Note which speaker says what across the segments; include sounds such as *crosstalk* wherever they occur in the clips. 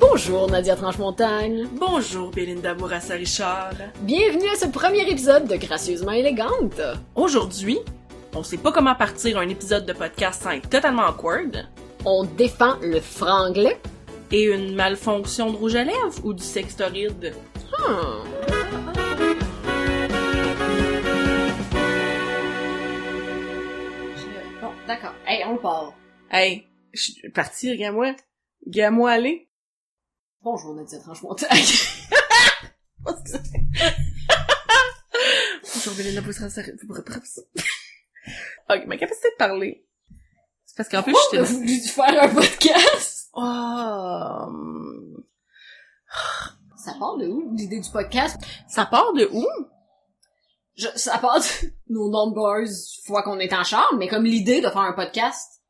Speaker 1: Bonjour Nadia Tranche-Montagne.
Speaker 2: Bonjour Belinda Bourassa-Richard.
Speaker 1: Bienvenue à ce premier épisode de Gracieusement élégante.
Speaker 2: Aujourd'hui, on sait pas comment partir un épisode de podcast sans être totalement awkward.
Speaker 1: On défend le franglais.
Speaker 2: Et une malfonction de rouge à lèvres ou du sextoride.
Speaker 1: Hmm.
Speaker 3: Bon, d'accord. Hey, on part.
Speaker 2: Hey, je suis partie, regarde-moi. Regarde-moi aller.
Speaker 1: Bonjour Nadia *laughs* Tranche-Montagne.
Speaker 2: *laughs* Bonjour Belinda Bourassa-Richard. *laughs* ok, ma capacité de parler. C'est parce qu'en plus,
Speaker 1: Pourquoi on a
Speaker 2: j'étais...
Speaker 1: voulu faire un podcast?
Speaker 2: Oh, hum.
Speaker 1: Ça part de où, l'idée du podcast?
Speaker 2: ça part de où?
Speaker 1: Je- ça part de nos nombreuses fois qu'on est en charme, mais comme l'idée de faire un podcast.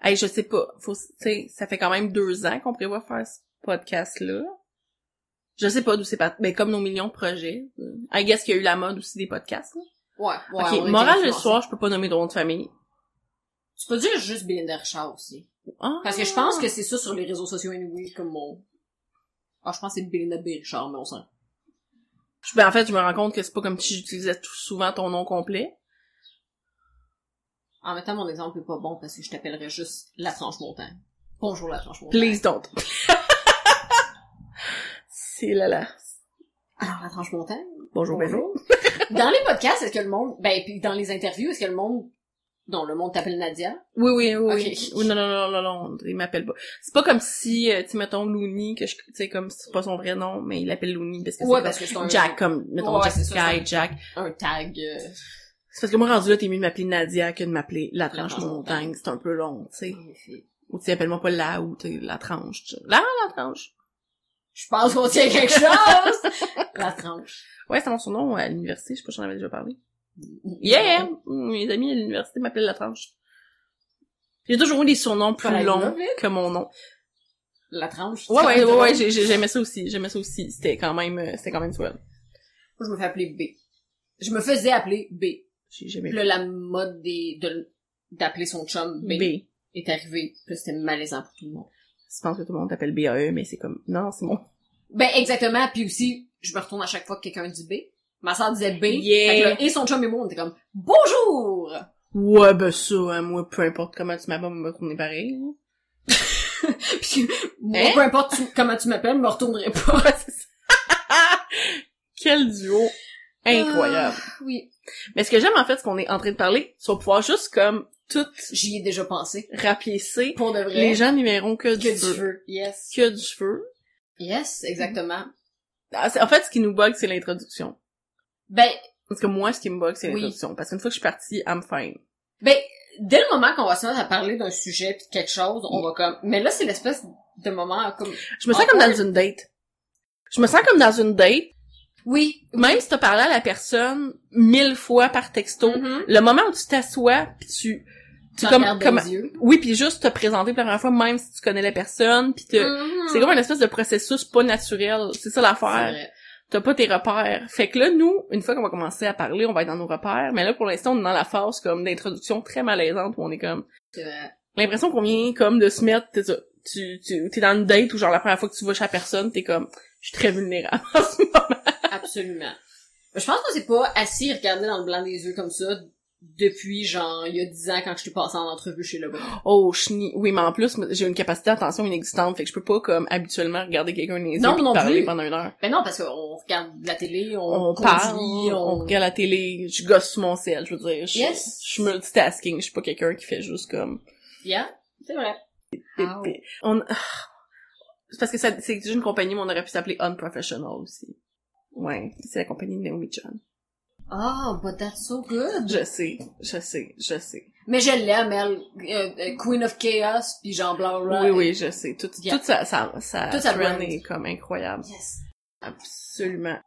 Speaker 2: Hey, je sais pas. Faut, tu sais, ça fait quand même deux ans qu'on prévoit faire ce podcast-là. Je sais pas d'où c'est parti. Ben, comme nos millions de projets. euh, I guess qu'il y a eu la mode aussi des podcasts, là.
Speaker 1: Ouais, ouais. on
Speaker 2: ok,
Speaker 1: est
Speaker 2: morale du
Speaker 1: influencés.
Speaker 2: soir, je peux pas nommer de nom de famille.
Speaker 1: Tu peux dire juste Belinda Richard aussi.
Speaker 2: Ah.
Speaker 1: Parce que je pense que c'est ça sur les réseaux sociaux anyway, comme mon... Ah, je pense que c'est Belinda B. Richard, mais on s'en...
Speaker 2: Je- Ben, en fait, je me rends compte que c'est pas comme si j'utilisais tout souvent ton nom complet.
Speaker 1: En même temps, mon exemple est pas bon parce que je t'appellerais juste La Tranche-Montagne. Bonjour La Tranche-Montagne.
Speaker 2: Please don't. *laughs* c'est là là.
Speaker 1: Alors, La Tranche-Montagne?
Speaker 2: Bonjour, bonjour.
Speaker 1: *laughs* Dans les podcasts, est-ce que le monde... Ben, puis dans les interviews, est-ce que le monde... Non, le monde t'appelle Nadia.
Speaker 2: Oui, oui, oui. oui.
Speaker 1: Ok.
Speaker 2: Oui, non, non, non, non, non, il m'appelle pas. C'est pas comme si, euh, tu sais, mettons, Looney, que je, tu sais, comme, c'est pas son vrai nom, mais il l'appelle Looney parce que c'est
Speaker 1: Ouais,
Speaker 2: comme-
Speaker 1: parce que c'est un...
Speaker 2: Jack, comme, mettons,
Speaker 1: Ouais,
Speaker 2: Jack
Speaker 1: c'est ça,
Speaker 2: Sky, Jack.
Speaker 1: Un tag. euh,
Speaker 2: C'est parce que moi, rendu là, t'es mieux de m'appeler Nadia que de m'appeler La Tranche
Speaker 1: Tranche
Speaker 2: Montagne.
Speaker 1: Montagne.
Speaker 2: C'est un peu long, tu sais.
Speaker 1: en effet.
Speaker 2: Ou tu sais, appelle-moi pas La ou tu sais, La Tranche. tu sais. La, La Tranche.
Speaker 1: Je pense qu'on tient *laughs* quelque
Speaker 2: *laughs*
Speaker 1: chose! la Tranche.
Speaker 2: Ouais, c'est mon surnom à l'université. Je sais pas si j'en avais déjà parlé. Yeah! Mes amis à l'université m'appellent La Tranche. J'ai toujours eu des surnoms plus
Speaker 1: Voilà,
Speaker 2: longs
Speaker 1: love it.
Speaker 2: que mon nom.
Speaker 1: La Tranche.
Speaker 2: Ouais, ouais, ouais, ouais, j'ai- j'ai- j'aimais ça aussi. J'aimais ça aussi. C'était quand même, euh, c'était quand même swell.
Speaker 1: Moi, je me fais appeler B. Je me faisais appeler B.
Speaker 2: J'ai jamais
Speaker 1: Puis là, la mode des, de, d'appeler son chum B,
Speaker 2: B.
Speaker 1: est arrivée. Puis là, c'était malaisant pour tout le monde.
Speaker 2: Je pense que tout le monde t'appelle BAE, mais c'est comme, non, c'est mon
Speaker 1: Ben, exactement. Puis aussi, je me retourne à chaque fois que quelqu'un dit B. Ma soeur disait B.
Speaker 2: Yeah.
Speaker 1: Fait que là, et son chum et moi, on était comme, bonjour! *laughs*
Speaker 2: Ouais, ben ça, hein, moi, peu importe comment tu m'appelles, on va me tourner pareil. hein.
Speaker 1: Puis, moi,
Speaker 2: Hein?
Speaker 1: peu importe tu- comment tu m'appelles, je me retournerai pas.
Speaker 2: *laughs* Quel duo incroyable.
Speaker 1: Ah, oui.
Speaker 2: Mais ce que j'aime, en fait, ce qu'on est en train de parler, c'est qu'on va pouvoir juste, comme, tout
Speaker 1: J'y ai déjà pensé.
Speaker 2: rapiécer.
Speaker 1: Pour de vrai.
Speaker 2: Les gens n'aimeront que du
Speaker 1: que
Speaker 2: feu.
Speaker 1: du feu. Yes.
Speaker 2: Que du feu.
Speaker 1: Yes, exactement.
Speaker 2: Ah, c'est- En fait, ce qui nous bug, c'est l'introduction.
Speaker 1: Ben,
Speaker 2: Parce que moi, ce qui me bug, c'est
Speaker 1: Oui.
Speaker 2: l'introduction. Parce qu'une fois que je suis partie, I'm fine.
Speaker 1: Ben, dès le moment qu'on va se mettre à parler d'un sujet pis de quelque chose, on va comme... Mais là, c'est l'espèce de moment comme...
Speaker 2: Je me sens comme dans une date. Je me sens comme dans une date.
Speaker 1: Oui.
Speaker 2: Même si t'as parlé à la personne mille fois par texto,
Speaker 1: Mm.
Speaker 2: le moment où tu t'assois, pis tu...
Speaker 1: Tu
Speaker 2: tu comme,
Speaker 1: regardes
Speaker 2: comme,
Speaker 1: les yeux.
Speaker 2: Oui, puis juste te présenter pour la première fois, même si tu connais la personne, puis te...
Speaker 1: Mhm.
Speaker 2: C'est comme une espèce de processus pas naturel. C'est ça
Speaker 1: C'est
Speaker 2: l'affaire.
Speaker 1: vrai.
Speaker 2: T'as pas tes repères. Fait que là, nous, une fois qu'on va commencer à parler, on va être dans nos repères. Mais là, pour l'instant, on est dans la phase comme d'introduction très malaisante où on est comme...
Speaker 1: C'est vrai.
Speaker 2: L'impression qu'on vient comme de se mettre... T'es, tu, tu, t'es dans une date où genre la première fois que tu vas chez la personne, t'es comme... Je suis très vulnérable en ce moment.
Speaker 1: Absolument. *laughs* Je pense que c'est pas assis regarder dans le blanc des yeux comme ça depuis, genre, il y a 10 ans quand je suis passée en entrevue chez le gars.
Speaker 2: Oh, chenille. Oui, mais en plus, j'ai une capacité d'attention inexistante. Fait que je peux pas comme habituellement regarder quelqu'un dans les yeux
Speaker 1: Non,
Speaker 2: puis
Speaker 1: non
Speaker 2: parler
Speaker 1: plus.
Speaker 2: pendant une heure.
Speaker 1: Ben non, parce qu'on regarde la télé, on,
Speaker 2: on parle,
Speaker 1: conduit,
Speaker 2: on... regarde la télé, je gosse sur mon ciel, je veux dire, je,
Speaker 1: Yes.
Speaker 2: je suis multitasking, je suis pas quelqu'un qui fait juste comme...
Speaker 1: Yeah, c'est vrai. Ah ouais.
Speaker 2: On... *sighs* C'est parce que ça- c'est déjà une compagnie, mais on aurait pu s'appeler Unprofessional aussi. Ouais, c'est la compagnie de Naomi John.
Speaker 1: Oh, but that's so good.
Speaker 2: Je sais, je sais, je sais.
Speaker 1: Mais je l'aime, elle. euh, euh, Queen of Chaos, puis genre blanc
Speaker 2: Oui, oui, je sais. Tout,
Speaker 1: Yeah.
Speaker 2: tout ça, ça, ça,
Speaker 1: Tout sa
Speaker 2: trend
Speaker 1: brand.
Speaker 2: est comme incroyable.
Speaker 1: Yes.
Speaker 2: Absolument.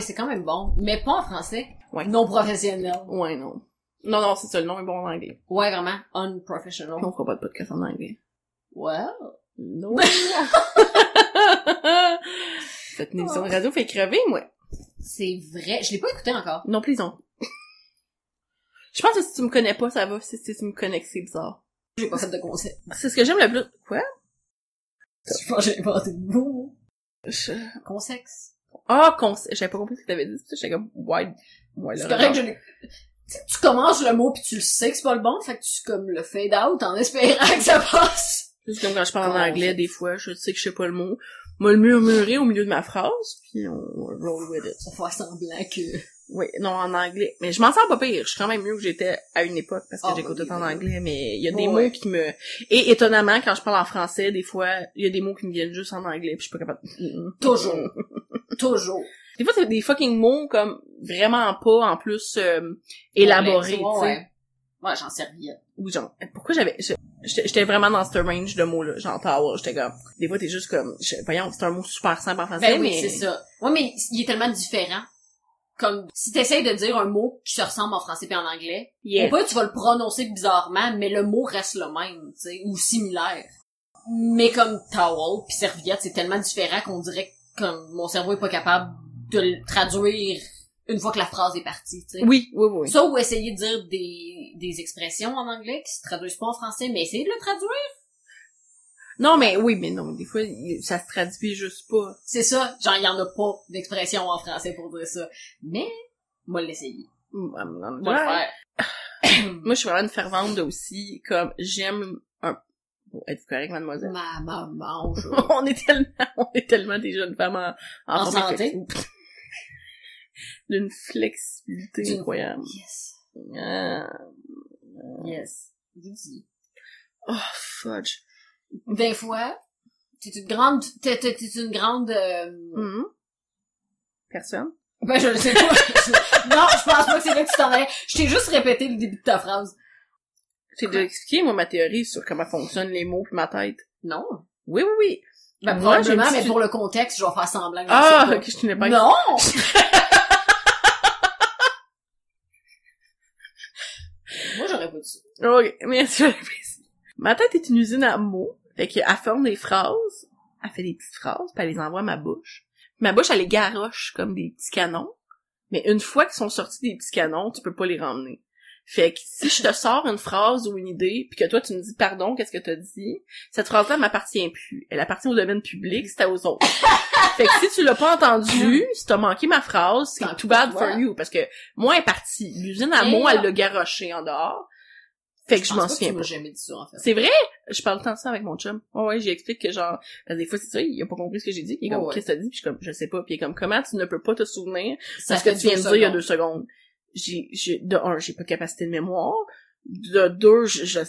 Speaker 1: C'est quand même bon, mais pas en français.
Speaker 2: Ouais.
Speaker 1: Non professionnel.
Speaker 2: Ouais, non. Non, non, c'est ça, le nom est bon en anglais.
Speaker 1: Ouais, vraiment. Unprofessional.
Speaker 2: On fera pas de podcast en anglais.
Speaker 1: Well.
Speaker 2: *laughs* Non. Cette émission de radio fait crever, moi.
Speaker 1: C'est vrai. Je l'ai pas écouté encore.
Speaker 2: Non, plus non. Je pense que si tu me connais pas, ça va. Si, si tu me connais, que c'est bizarre.
Speaker 1: J'ai pas fait de conseil.
Speaker 2: C'est ce que j'aime le plus. Quoi?
Speaker 1: Je pense que j'ai inventé le mot. hein.
Speaker 2: Je-
Speaker 1: Consex.
Speaker 2: Ah, con... j'avais pas compris ce que t'avais dit, c'est pour ça que j'étais comme, ouais, ouais,
Speaker 1: C'est
Speaker 2: là,
Speaker 1: correct, je l'ai... Tu sais, tu commences le mot pis tu le sais que c'est pas le bon, fait que tu comme le fade out en espérant que ça passe.
Speaker 2: Juste comme quand je parle en
Speaker 1: Ah,
Speaker 2: anglais, des fois, je sais que je sais pas le mot. Moi, le murmurer au milieu de ma phrase, puis on roll with it.
Speaker 1: On va faire semblant que...
Speaker 2: Oui, non, en anglais. Mais je m'en sors pas pire. Je suis quand même mieux que j'étais à une époque parce que
Speaker 1: Ah,
Speaker 2: j'écoute
Speaker 1: oui,
Speaker 2: tout en
Speaker 1: oui.
Speaker 2: anglais, mais il y a
Speaker 1: Oui,
Speaker 2: des
Speaker 1: oui.
Speaker 2: mots qui me... Et étonnamment, quand je parle en français, des fois, il y a des mots qui me viennent juste en anglais, puis je suis pas capable... de-
Speaker 1: Toujours.
Speaker 2: *laughs*
Speaker 1: Toujours.
Speaker 2: Des fois, c'est des fucking mots comme vraiment pas, en plus, euh, élaborés, tu sais.
Speaker 1: ben, Ouais, ouais j'en serviette.
Speaker 2: Ou genre, pourquoi j'avais... je- J'étais j'étais vraiment dans ce range de mots-là, genre Tower, j'étais comme... Des fois, t'es juste comme... je- Voyons, c'est un mot super simple en français,
Speaker 1: Ben oui,
Speaker 2: mais...
Speaker 1: c'est ça. Ouais, mais il est tellement différent. Comme, si t'essayes de dire un mot qui se ressemble en français pis en anglais,
Speaker 2: Yeah.
Speaker 1: Au pire, tu vas le prononcer bizarrement, mais le mot reste le même, tu sais, ou similaire. Mais comme towel puis serviette, c'est tellement différent qu'on dirait que comme, mon cerveau est pas capable de le traduire une fois que la phrase est partie, tu sais.
Speaker 2: Oui, oui, oui.
Speaker 1: Ça, ou essayer de dire des, des expressions en anglais qui se traduisent pas en français, mais essayer de le traduire.
Speaker 2: Non, mais oui, mais non, des fois, il- ça se traduit juste pas.
Speaker 1: C'est ça. Genre, il y en a pas d'expression en français pour dire ça. Mais, moi, l'essayer. Moi,
Speaker 2: Ouais.
Speaker 1: le
Speaker 2: Moi, je suis vraiment une fervente de aussi, comme, j'aime un... Bon, êtes-vous correct,
Speaker 1: faire.
Speaker 2: mademoiselle?
Speaker 1: Ma maman, je...
Speaker 2: *laughs* on est tellement, on est tellement des jeunes femmes en,
Speaker 1: En
Speaker 2: forme de
Speaker 1: santé.
Speaker 2: flexi- *laughs* D'une flexibilité
Speaker 1: D'une-
Speaker 2: incroyable.
Speaker 1: Yes.
Speaker 2: Ah,
Speaker 1: Yes. Je vous dis.
Speaker 2: Oh, fudge.
Speaker 1: Des fois, t'es une grande, t'es, t'es- t'es une grande, euh,
Speaker 2: Mhm. Personne?
Speaker 1: ben je le sais pas. *laughs* non, je pense pas que c'est là que tu t'en allais. Je t'ai juste répété le début de ta phrase.
Speaker 2: J'ai déjà expliqué, moi, ma théorie sur comment fonctionnent les mots puis ma tête.
Speaker 1: Non.
Speaker 2: Oui, oui, oui.
Speaker 1: Ben
Speaker 2: Moi,
Speaker 1: probablement,
Speaker 2: j'ai
Speaker 1: mais
Speaker 2: dit-
Speaker 1: pour le contexte, je vais faire semblant. que je
Speaker 2: Ah,
Speaker 1: sais
Speaker 2: ok, je tenais
Speaker 1: pas.
Speaker 2: pas
Speaker 1: non. *laughs* Moi, j'aurais pas dit. ça.
Speaker 2: Ok, *laughs* merci. ma tête est une usine à mots. Fait qu'elle forme des phrases, elle fait des petites phrases, puis elle les envoie à ma bouche. Ma bouche, elle les garoche comme des petits canons. Mais une fois qu'ils sont sortis des petits canons, tu peux pas les ramener. Fait que si je te sors une phrase ou une idée, puis que toi tu me dis pardon, qu'est-ce que t'as dit, cette phrase-là m'appartient plus. Elle appartient au domaine public, c'est aux autres. fait que si tu l'as pas entendu, si t'as manqué ma phrase, c'est
Speaker 1: Tant
Speaker 2: too bad
Speaker 1: pis,
Speaker 2: for
Speaker 1: ouais.
Speaker 2: you, parce que moi elle est partie. L'usine à
Speaker 1: Et
Speaker 2: mots, elle
Speaker 1: non.
Speaker 2: l'a garoché en dehors. Fait que je
Speaker 1: pense
Speaker 2: m'en
Speaker 1: pas
Speaker 2: souviens
Speaker 1: tu
Speaker 2: pas.
Speaker 1: m'as jamais dit ça, en fait.
Speaker 2: C'est vrai? Je parle tant de ça avec mon chum. Ouais, ouais, j'y explique que genre, parce que des fois, c'est ça, il a pas compris ce que j'ai dit, puis il est comme,
Speaker 1: Ouais, ouais.
Speaker 2: qu'est-ce que t'as dit? Puis je suis comme, je sais pas. Puis il est comme, comment tu ne peux pas te souvenir
Speaker 1: Ça
Speaker 2: de ce que
Speaker 1: fait
Speaker 2: tu viens de
Speaker 1: deux
Speaker 2: dire il y a
Speaker 1: secondes.
Speaker 2: deux secondes? J'ai, j'ai, de un, j'ai pas de capacité de mémoire. De deux, je, je,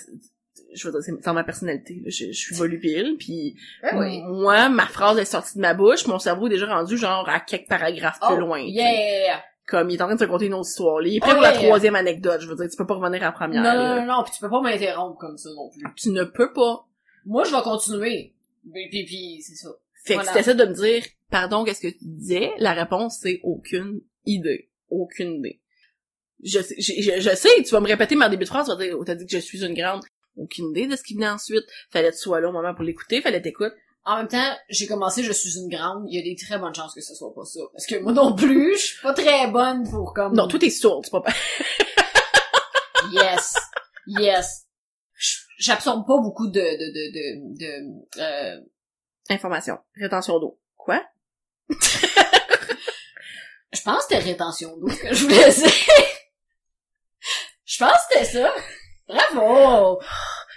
Speaker 2: je veux dire, c'est dans ma personnalité, là. je,
Speaker 1: *laughs*
Speaker 2: je suis volubile, puis
Speaker 1: Ben oui.
Speaker 2: moi, ma phrase est sortie de ma bouche, mon cerveau est déjà rendu genre à quelques paragraphes
Speaker 1: Oh,
Speaker 2: plus loin. tu sais.
Speaker 1: yeah!
Speaker 2: Comme, il est en train de te conter une autre histoire, là. Il est
Speaker 1: Oh,
Speaker 2: prêt pour la
Speaker 1: yeah.
Speaker 2: troisième anecdote, je veux dire, tu peux pas revenir à la première.
Speaker 1: Non, non,
Speaker 2: là.
Speaker 1: non, non, pis tu peux pas m'interrompre comme ça non plus.
Speaker 2: Tu ne peux pas
Speaker 1: Moi, je vais continuer. Pis, pis, pis, c'est ça.
Speaker 2: Fait
Speaker 1: Voilà.
Speaker 2: que si t'essaies de me dire, pardon, qu'est-ce que tu disais, la réponse c'est aucune idée. Aucune idée. Je sais, je, je- je sais, tu vas me répéter mais en début de phrase, tu vas dire, oh, t'as dit que je suis une grande. Aucune idée de ce qui venait ensuite. Fallait que tu sois là au moment pour l'écouter, fallait t'écouter.
Speaker 1: En même temps, j'ai commencé, je suis une grande. Il y a des très bonnes chances que ce soit pas ça. Parce que moi non plus, je suis pas très bonne pour comme.
Speaker 2: Non, tout est sourd, c'est pas
Speaker 1: Yes. Yes. Je- J'absorbe pas beaucoup de, de, de, de, de, euh,
Speaker 2: *laughs* Information. Rétention d'eau. Quoi?
Speaker 1: je pense que c'était rétention d'eau que je voulais dire. Je pense que c'était ça. Bravo!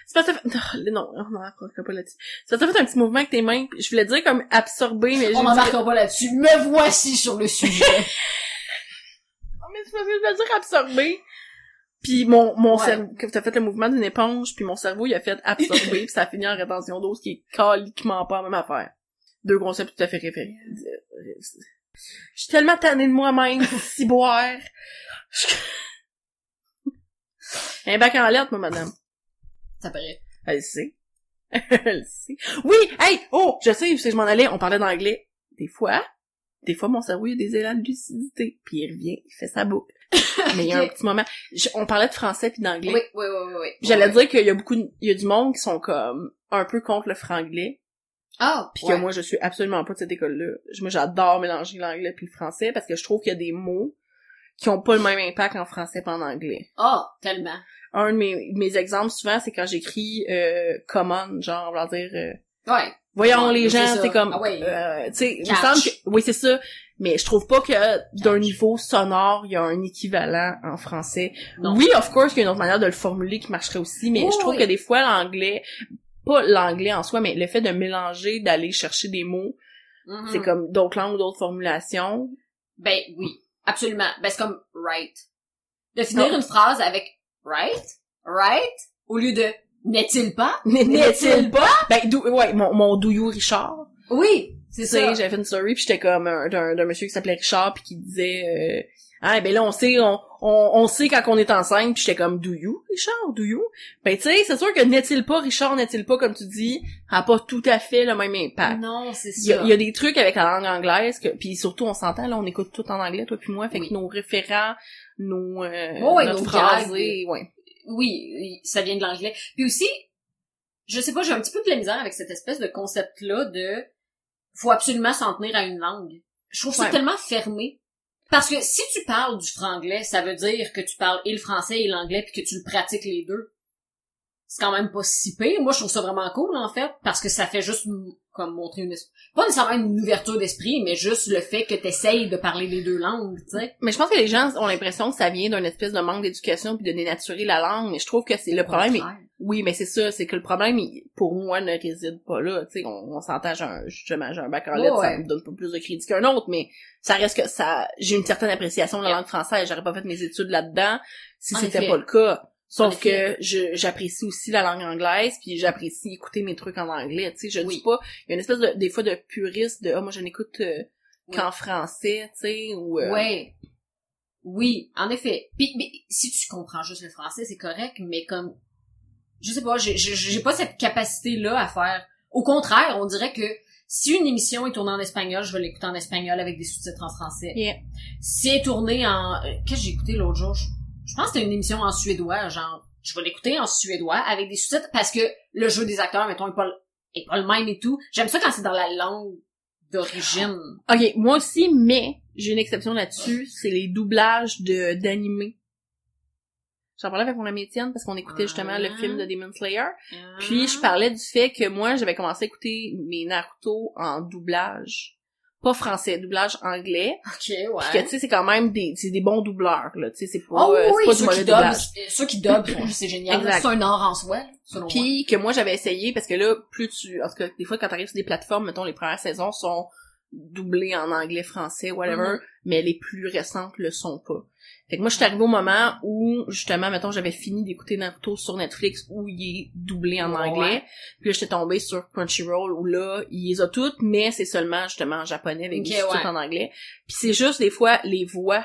Speaker 2: C'est parce que t'as fait... *laughs* Non, non, on en racontera pas là-dessus. C'est parce que t'as fait un petit mouvement avec tes mains, puis je voulais dire comme absorber, mais j'ai
Speaker 1: On
Speaker 2: dit-
Speaker 1: m'embarquera pas là-dessus. Me voici sur le sujet.
Speaker 2: Non, Ah, mais c'est parce que je veux dire absorber. Puis mon, mon
Speaker 1: Ouais.
Speaker 2: cerveau, que t'as fait le mouvement d'une éponge, puis mon cerveau, il a fait absorber, puis ça a fini en rétention d'eau, ce qui est caliquement pas la même affaire. Deux concepts tout à fait référents. Je suis tellement tannée de moi-même, *laughs* si boire. Je- *laughs* Un bac en lettres, moi, madame.
Speaker 1: ça paraît.
Speaker 2: Elle le sait. *laughs* Elle le sait. Oui! Hey! Oh! Je sais, si je m'en allais, on parlait d'anglais. Des fois, des fois, mon cerveau, il y a des élans de lucidité. Puis il revient, il fait sa
Speaker 1: *laughs*
Speaker 2: boucle. Mais il y a un petit moment. Je- on parlait de français puis d'anglais.
Speaker 1: Oui, oui, oui, oui, oui.
Speaker 2: J'allais
Speaker 1: Ouais.
Speaker 2: dire qu'il y a beaucoup, de- il y a du monde qui sont comme un peu contre le franglais.
Speaker 1: Ah!
Speaker 2: Puis
Speaker 1: ouais.
Speaker 2: que moi, je suis absolument pas de cette école-là. Je- Moi, j'adore mélanger l'anglais puis le français parce que je trouve qu'il y a des mots qui ont pas le même impact en français qu'en anglais
Speaker 1: Ah! Tellement.
Speaker 2: un de mes, mes exemples souvent, c'est quand j'écris euh, common, genre, on va dire euh,
Speaker 1: Ouais.
Speaker 2: Voyons
Speaker 1: Ouais,
Speaker 2: les
Speaker 1: c'est
Speaker 2: gens,
Speaker 1: ça.
Speaker 2: c'est comme,
Speaker 1: Ah ouais.
Speaker 2: euh, tu sais, il me
Speaker 1: Catch.
Speaker 2: semble que, oui c'est ça, mais je trouve pas que d'un niveau sonore, il y a un équivalent en français.
Speaker 1: Non.
Speaker 2: Oui, of course, qu'il y a une autre manière de le formuler qui marcherait aussi, mais
Speaker 1: Oui,
Speaker 2: je trouve
Speaker 1: oui.
Speaker 2: que des fois l'anglais, pas l'anglais en soi, mais le fait de mélanger, d'aller chercher des mots,
Speaker 1: Mhm.
Speaker 2: c'est comme d'autres langues ou d'autres formulations.
Speaker 1: Ben oui, absolument. Ben c'est comme right. De finir
Speaker 2: Non.
Speaker 1: une phrase avec right, right, au lieu de n'est-il pas?
Speaker 2: N'est-il
Speaker 1: N'est-il
Speaker 2: pas? Ben, d'où- ouais, mon, mon douillou Richard.
Speaker 1: Oui, c'est
Speaker 2: Tu
Speaker 1: ça.
Speaker 2: sais, j'avais fait une story puis j'étais comme un- d'un d'un monsieur qui s'appelait Richard puis qui disait euh, ah ben là on sait on, on, on sait quand on est enceinte puis j'étais comme do you Richard do you ben tu sais c'est sûr que n'est-il pas Richard n'est-il pas comme tu dis a pas tout à fait le même impact
Speaker 1: Non, Mm, c'est
Speaker 2: il y,
Speaker 1: ça.
Speaker 2: a, il y a des trucs avec la langue anglaise que puis surtout on s'entend là on écoute tout en anglais toi puis moi fait
Speaker 1: Oui. Oh,
Speaker 2: que nos référents nos euh,
Speaker 1: Ouais,
Speaker 2: notre
Speaker 1: nos
Speaker 2: phrase
Speaker 1: gags.
Speaker 2: ouais
Speaker 1: Oui, oui, ça vient de l'anglais. Puis aussi, je sais pas, j'ai un petit peu de la misère avec cette espèce de concept-là de faut absolument s'en tenir à une langue. Je trouve ça
Speaker 2: Ouais.
Speaker 1: tellement fermé. Parce que si tu parles du franglais, ça veut dire que tu parles et le français et l'anglais puis que tu le pratiques les deux. C'est quand même pas si pire. Moi, je trouve ça vraiment cool, en fait, parce que ça fait juste m- comme montrer une... es- Pas nécessairement une ouverture d'esprit, mais juste le fait que t'essayes de parler les deux langues, tu sais.
Speaker 2: Mais je pense que les gens ont l'impression que ça vient d'un espèce de manque d'éducation puis de dénaturer la langue, mais je trouve que c'est le problème est-
Speaker 1: Contraire.
Speaker 2: Oui, mais c'est ça, c'est que le problème, il- pour moi, ne réside pas là. Tu sais, on, on s'entend, j'ai un, justement, j'ai un bac en lettres, ça
Speaker 1: Ouais.
Speaker 2: me donne pas plus de crédit qu'un autre, mais ça reste que ça, j'ai une certaine appréciation de la
Speaker 1: Yeah.
Speaker 2: langue française, j'aurais pas fait mes études là-dedans si
Speaker 1: En
Speaker 2: c'était
Speaker 1: effet.
Speaker 2: pas le cas. Sauf
Speaker 1: En
Speaker 2: que je- j'apprécie aussi la langue anglaise, puis j'apprécie écouter mes trucs en anglais, tu sais, je
Speaker 1: Oui.
Speaker 2: dis pas, il y a une espèce de, des fois, de puriste de, ah, moi, je n'écoute euh,
Speaker 1: Oui.
Speaker 2: qu'en français, tu sais, ou... euh,
Speaker 1: Ouais. Oui, en effet. Puis, mais si tu comprends juste le français, c'est correct, mais comme je sais pas, j'ai- j'ai j'ai pas cette capacité là à faire. Au contraire, on dirait que si une émission est tournée en espagnol, je vais l'écouter en espagnol avec des sous-titres en français.
Speaker 2: Yeah.
Speaker 1: Si elle est tournée en euh, qu'est-ce que j'ai écouté l'autre jour, je, je pense que c'était une émission en suédois, genre je vais l'écouter en suédois avec des sous-titres parce que le jeu des acteurs mettons est pas le- est pas le même et tout. J'aime ça quand c'est dans la langue d'origine.
Speaker 2: Ok, moi aussi, mais j'ai une exception là-dessus, c'est les doublages de d'animés. J'en parlais avec mon amie Étienne parce qu'on écoutait justement le
Speaker 1: Ah.
Speaker 2: film de Demon Slayer. Puis je parlais du fait que moi, j'avais commencé à écouter mes Naruto en doublage. Pas français, doublage anglais.
Speaker 1: Ah, OK, ouais.
Speaker 2: Puis que tu sais, c'est quand même des, c'est des bons doubleurs, là. Tu sais, c'est pas,
Speaker 1: Oh
Speaker 2: euh, c'est
Speaker 1: oui,
Speaker 2: pas du
Speaker 1: ceux, qui
Speaker 2: mauvais
Speaker 1: dubent,
Speaker 2: doublage.
Speaker 1: ceux qui dubent, sont- c'est génial.
Speaker 2: Exact.
Speaker 1: C'est un art en soi, selon moi.
Speaker 2: Puis que moi j'avais essayé parce que là plus tu en tout cas des fois quand t'arrives sur des plateformes mettons les premières saisons sont doublées en anglais français
Speaker 1: Mm-hmm.
Speaker 2: whatever mais les plus récentes le sont pas. Fait que moi j'étais arrivée au moment où justement mettons j'avais fini d'écouter Naruto sur Netflix où il est doublé en
Speaker 1: Ouais.
Speaker 2: anglais puis là j'étais tombée sur Crunchyroll où là il les a toutes mais c'est seulement justement en japonais avec des
Speaker 1: Ok,
Speaker 2: sous-titres
Speaker 1: ouais.
Speaker 2: en anglais. Puis c'est juste des fois les voix.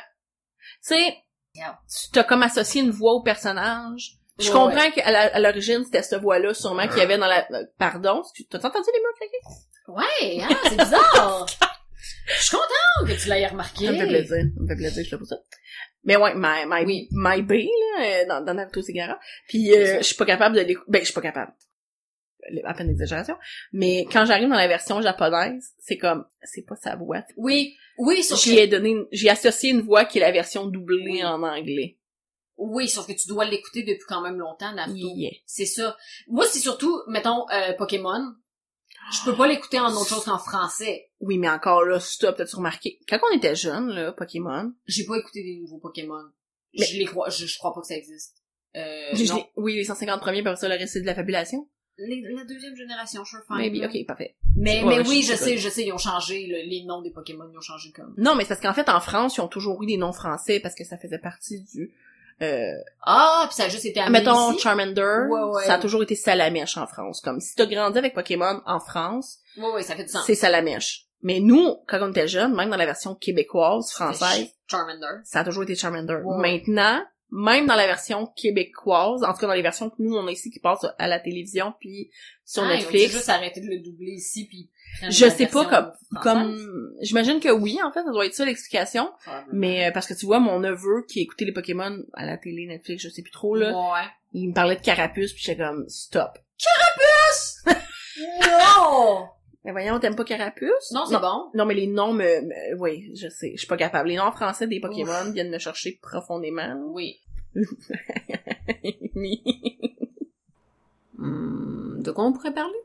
Speaker 2: Tu sais
Speaker 1: Yeah.
Speaker 2: tu t'as comme associé une voix au personnage je
Speaker 1: Ouais,
Speaker 2: comprends qu'à la- à l'origine, c'était cette voix-là, sûrement, qu'il y avait dans la... euh, Pardon? tu- T'as entendu les murs claquer?
Speaker 1: Ouais, hein, c'est bizarre. *laughs* Je suis contente que tu l'aies remarqué.
Speaker 2: Ça me fait plaisir. Ça me fait plaisir, je fais pour ça. Mais ouais, My, my,
Speaker 1: Oui.
Speaker 2: my Bay, là, euh, dans, dans Naruto Sigara. Puis euh, je suis pas capable de l'écouter. Ben, je suis pas capable. Le- À peine d'exagération. Mais quand j'arrive dans la version japonaise, c'est comme... C'est pas sa voix.
Speaker 1: Oui, oui, sauf
Speaker 2: J'y
Speaker 1: que,
Speaker 2: ai donné... une- J'ai associé une voix qui est la version doublée
Speaker 1: Oui.
Speaker 2: en anglais.
Speaker 1: oui, sauf que tu dois l'écouter depuis quand même longtemps, Naruto.
Speaker 2: Yeah.
Speaker 1: C'est ça. Moi, c'est surtout, mettons, euh, Pokémon. Je peux pas l'écouter en autre chose qu'en français.
Speaker 2: Oui, mais encore là, stop, t'as-tu remarqué? Quand on était jeune, là, Pokémon... euh,
Speaker 1: J'ai pas écouté des nouveaux Pokémon.
Speaker 2: Mais-
Speaker 1: Je les crois, je, je crois pas que ça existe. Euh,
Speaker 2: Je- je
Speaker 1: non.
Speaker 2: l'ai- oui, les 150 premiers, puis après ça, le reste, c'est de la fabulation.
Speaker 1: Les- la deuxième génération, je suis fan.
Speaker 2: Maybe, ok, parfait.
Speaker 1: Mais,
Speaker 2: Ouais,
Speaker 1: mais
Speaker 2: ouais,
Speaker 1: oui,
Speaker 2: je-
Speaker 1: je
Speaker 2: je-
Speaker 1: sais, je sais, ils ont changé, le- les noms des Pokémon, ils ont changé comme.
Speaker 2: Non, mais c'est parce qu'en fait, en France, ils ont toujours eu des noms français parce que ça faisait partie du... Euh,
Speaker 1: Ah, puis ça a juste été amené
Speaker 2: mettons,
Speaker 1: ici.
Speaker 2: Charmander,
Speaker 1: Ouais, ouais.
Speaker 2: ça a toujours été Salamèche en France. Comme si t'as grandi avec Pokémon en France,
Speaker 1: Oui, oui, ça fait du sens.
Speaker 2: c'est Salamèche. Mais nous, quand on était jeunes, même dans la version québécoise, française,
Speaker 1: Charmander.
Speaker 2: ça a toujours été Charmander.
Speaker 1: Ouais.
Speaker 2: Maintenant, même dans la version québécoise, en tout cas dans les versions que nous, on a ici qui passent à la télévision puis sur
Speaker 1: Ah, ils ont
Speaker 2: Netflix,
Speaker 1: juste arrêté de le doubler ici, puis... prendre
Speaker 2: Je
Speaker 1: la
Speaker 2: sais pas
Speaker 1: version française.
Speaker 2: comme... J'imagine que oui, en fait, ça doit être ça l'explication.
Speaker 1: Probablement.
Speaker 2: Mais euh, parce que tu vois, mon neveu qui écoutait les Pokémon à la télé, Netflix, je sais plus trop, là,
Speaker 1: Ouais.
Speaker 2: il me parlait de Carapuce, puis j'étais comme, stop.
Speaker 1: Non!
Speaker 2: Mais voyons, t'aimes pas Carapuce?
Speaker 1: Non, c'est
Speaker 2: non.
Speaker 1: bon.
Speaker 2: Non, mais les noms me, me- Oui, je sais, je suis pas capable. Les noms français des Pokémon viennent me chercher profondément. *laughs*
Speaker 1: Oui.
Speaker 2: Mais- Hmm,
Speaker 1: de quoi on pourrait parler?